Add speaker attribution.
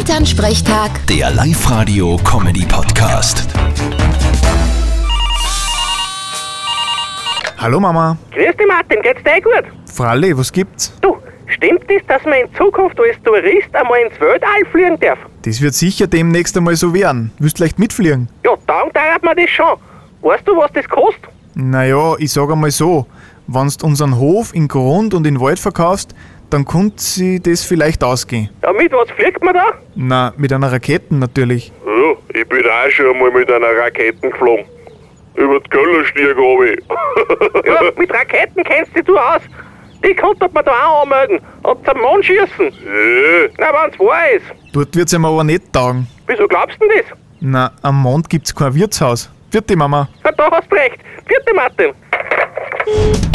Speaker 1: Elternsprechtag,
Speaker 2: Der Live-Radio-Comedy-Podcast.
Speaker 3: Hallo Mama.
Speaker 4: Grüß dich Martin, geht's dir eh gut?
Speaker 3: Fralli, was gibt's?
Speaker 4: Du, stimmt es, dass man in Zukunft als Tourist einmal ins Weltall fliegen darf?
Speaker 3: Das wird sicher demnächst einmal so werden. Willst leicht mitfliegen?
Speaker 4: Ja, dann dauert man das schon. Weißt du, was das kostet?
Speaker 3: Naja, ich sag einmal so. Wennst unseren Hof in Grund und in Wald verkaufst, dann könnt sie das vielleicht ausgehen.
Speaker 4: Ja, mit was fliegt man da?
Speaker 3: Na, mit einer Rakete natürlich.
Speaker 5: Ja, ich bin auch schon einmal mit einer Rakete geflogen. Über die Köllerstieg habe ich.
Speaker 4: Ja, mit Raketen kennst dich du aus. Die konnte man da auch anmelden und zum Mond schießen.
Speaker 5: ja,
Speaker 4: Na, wenn's wahr ist.
Speaker 3: Dort wird's ihm aber nicht taugen.
Speaker 4: Wieso glaubst du denn das?
Speaker 3: Na, am Mond gibt's kein Wirtshaus. Vierte Mama.
Speaker 4: Na, da hast du recht. Vierte Martin.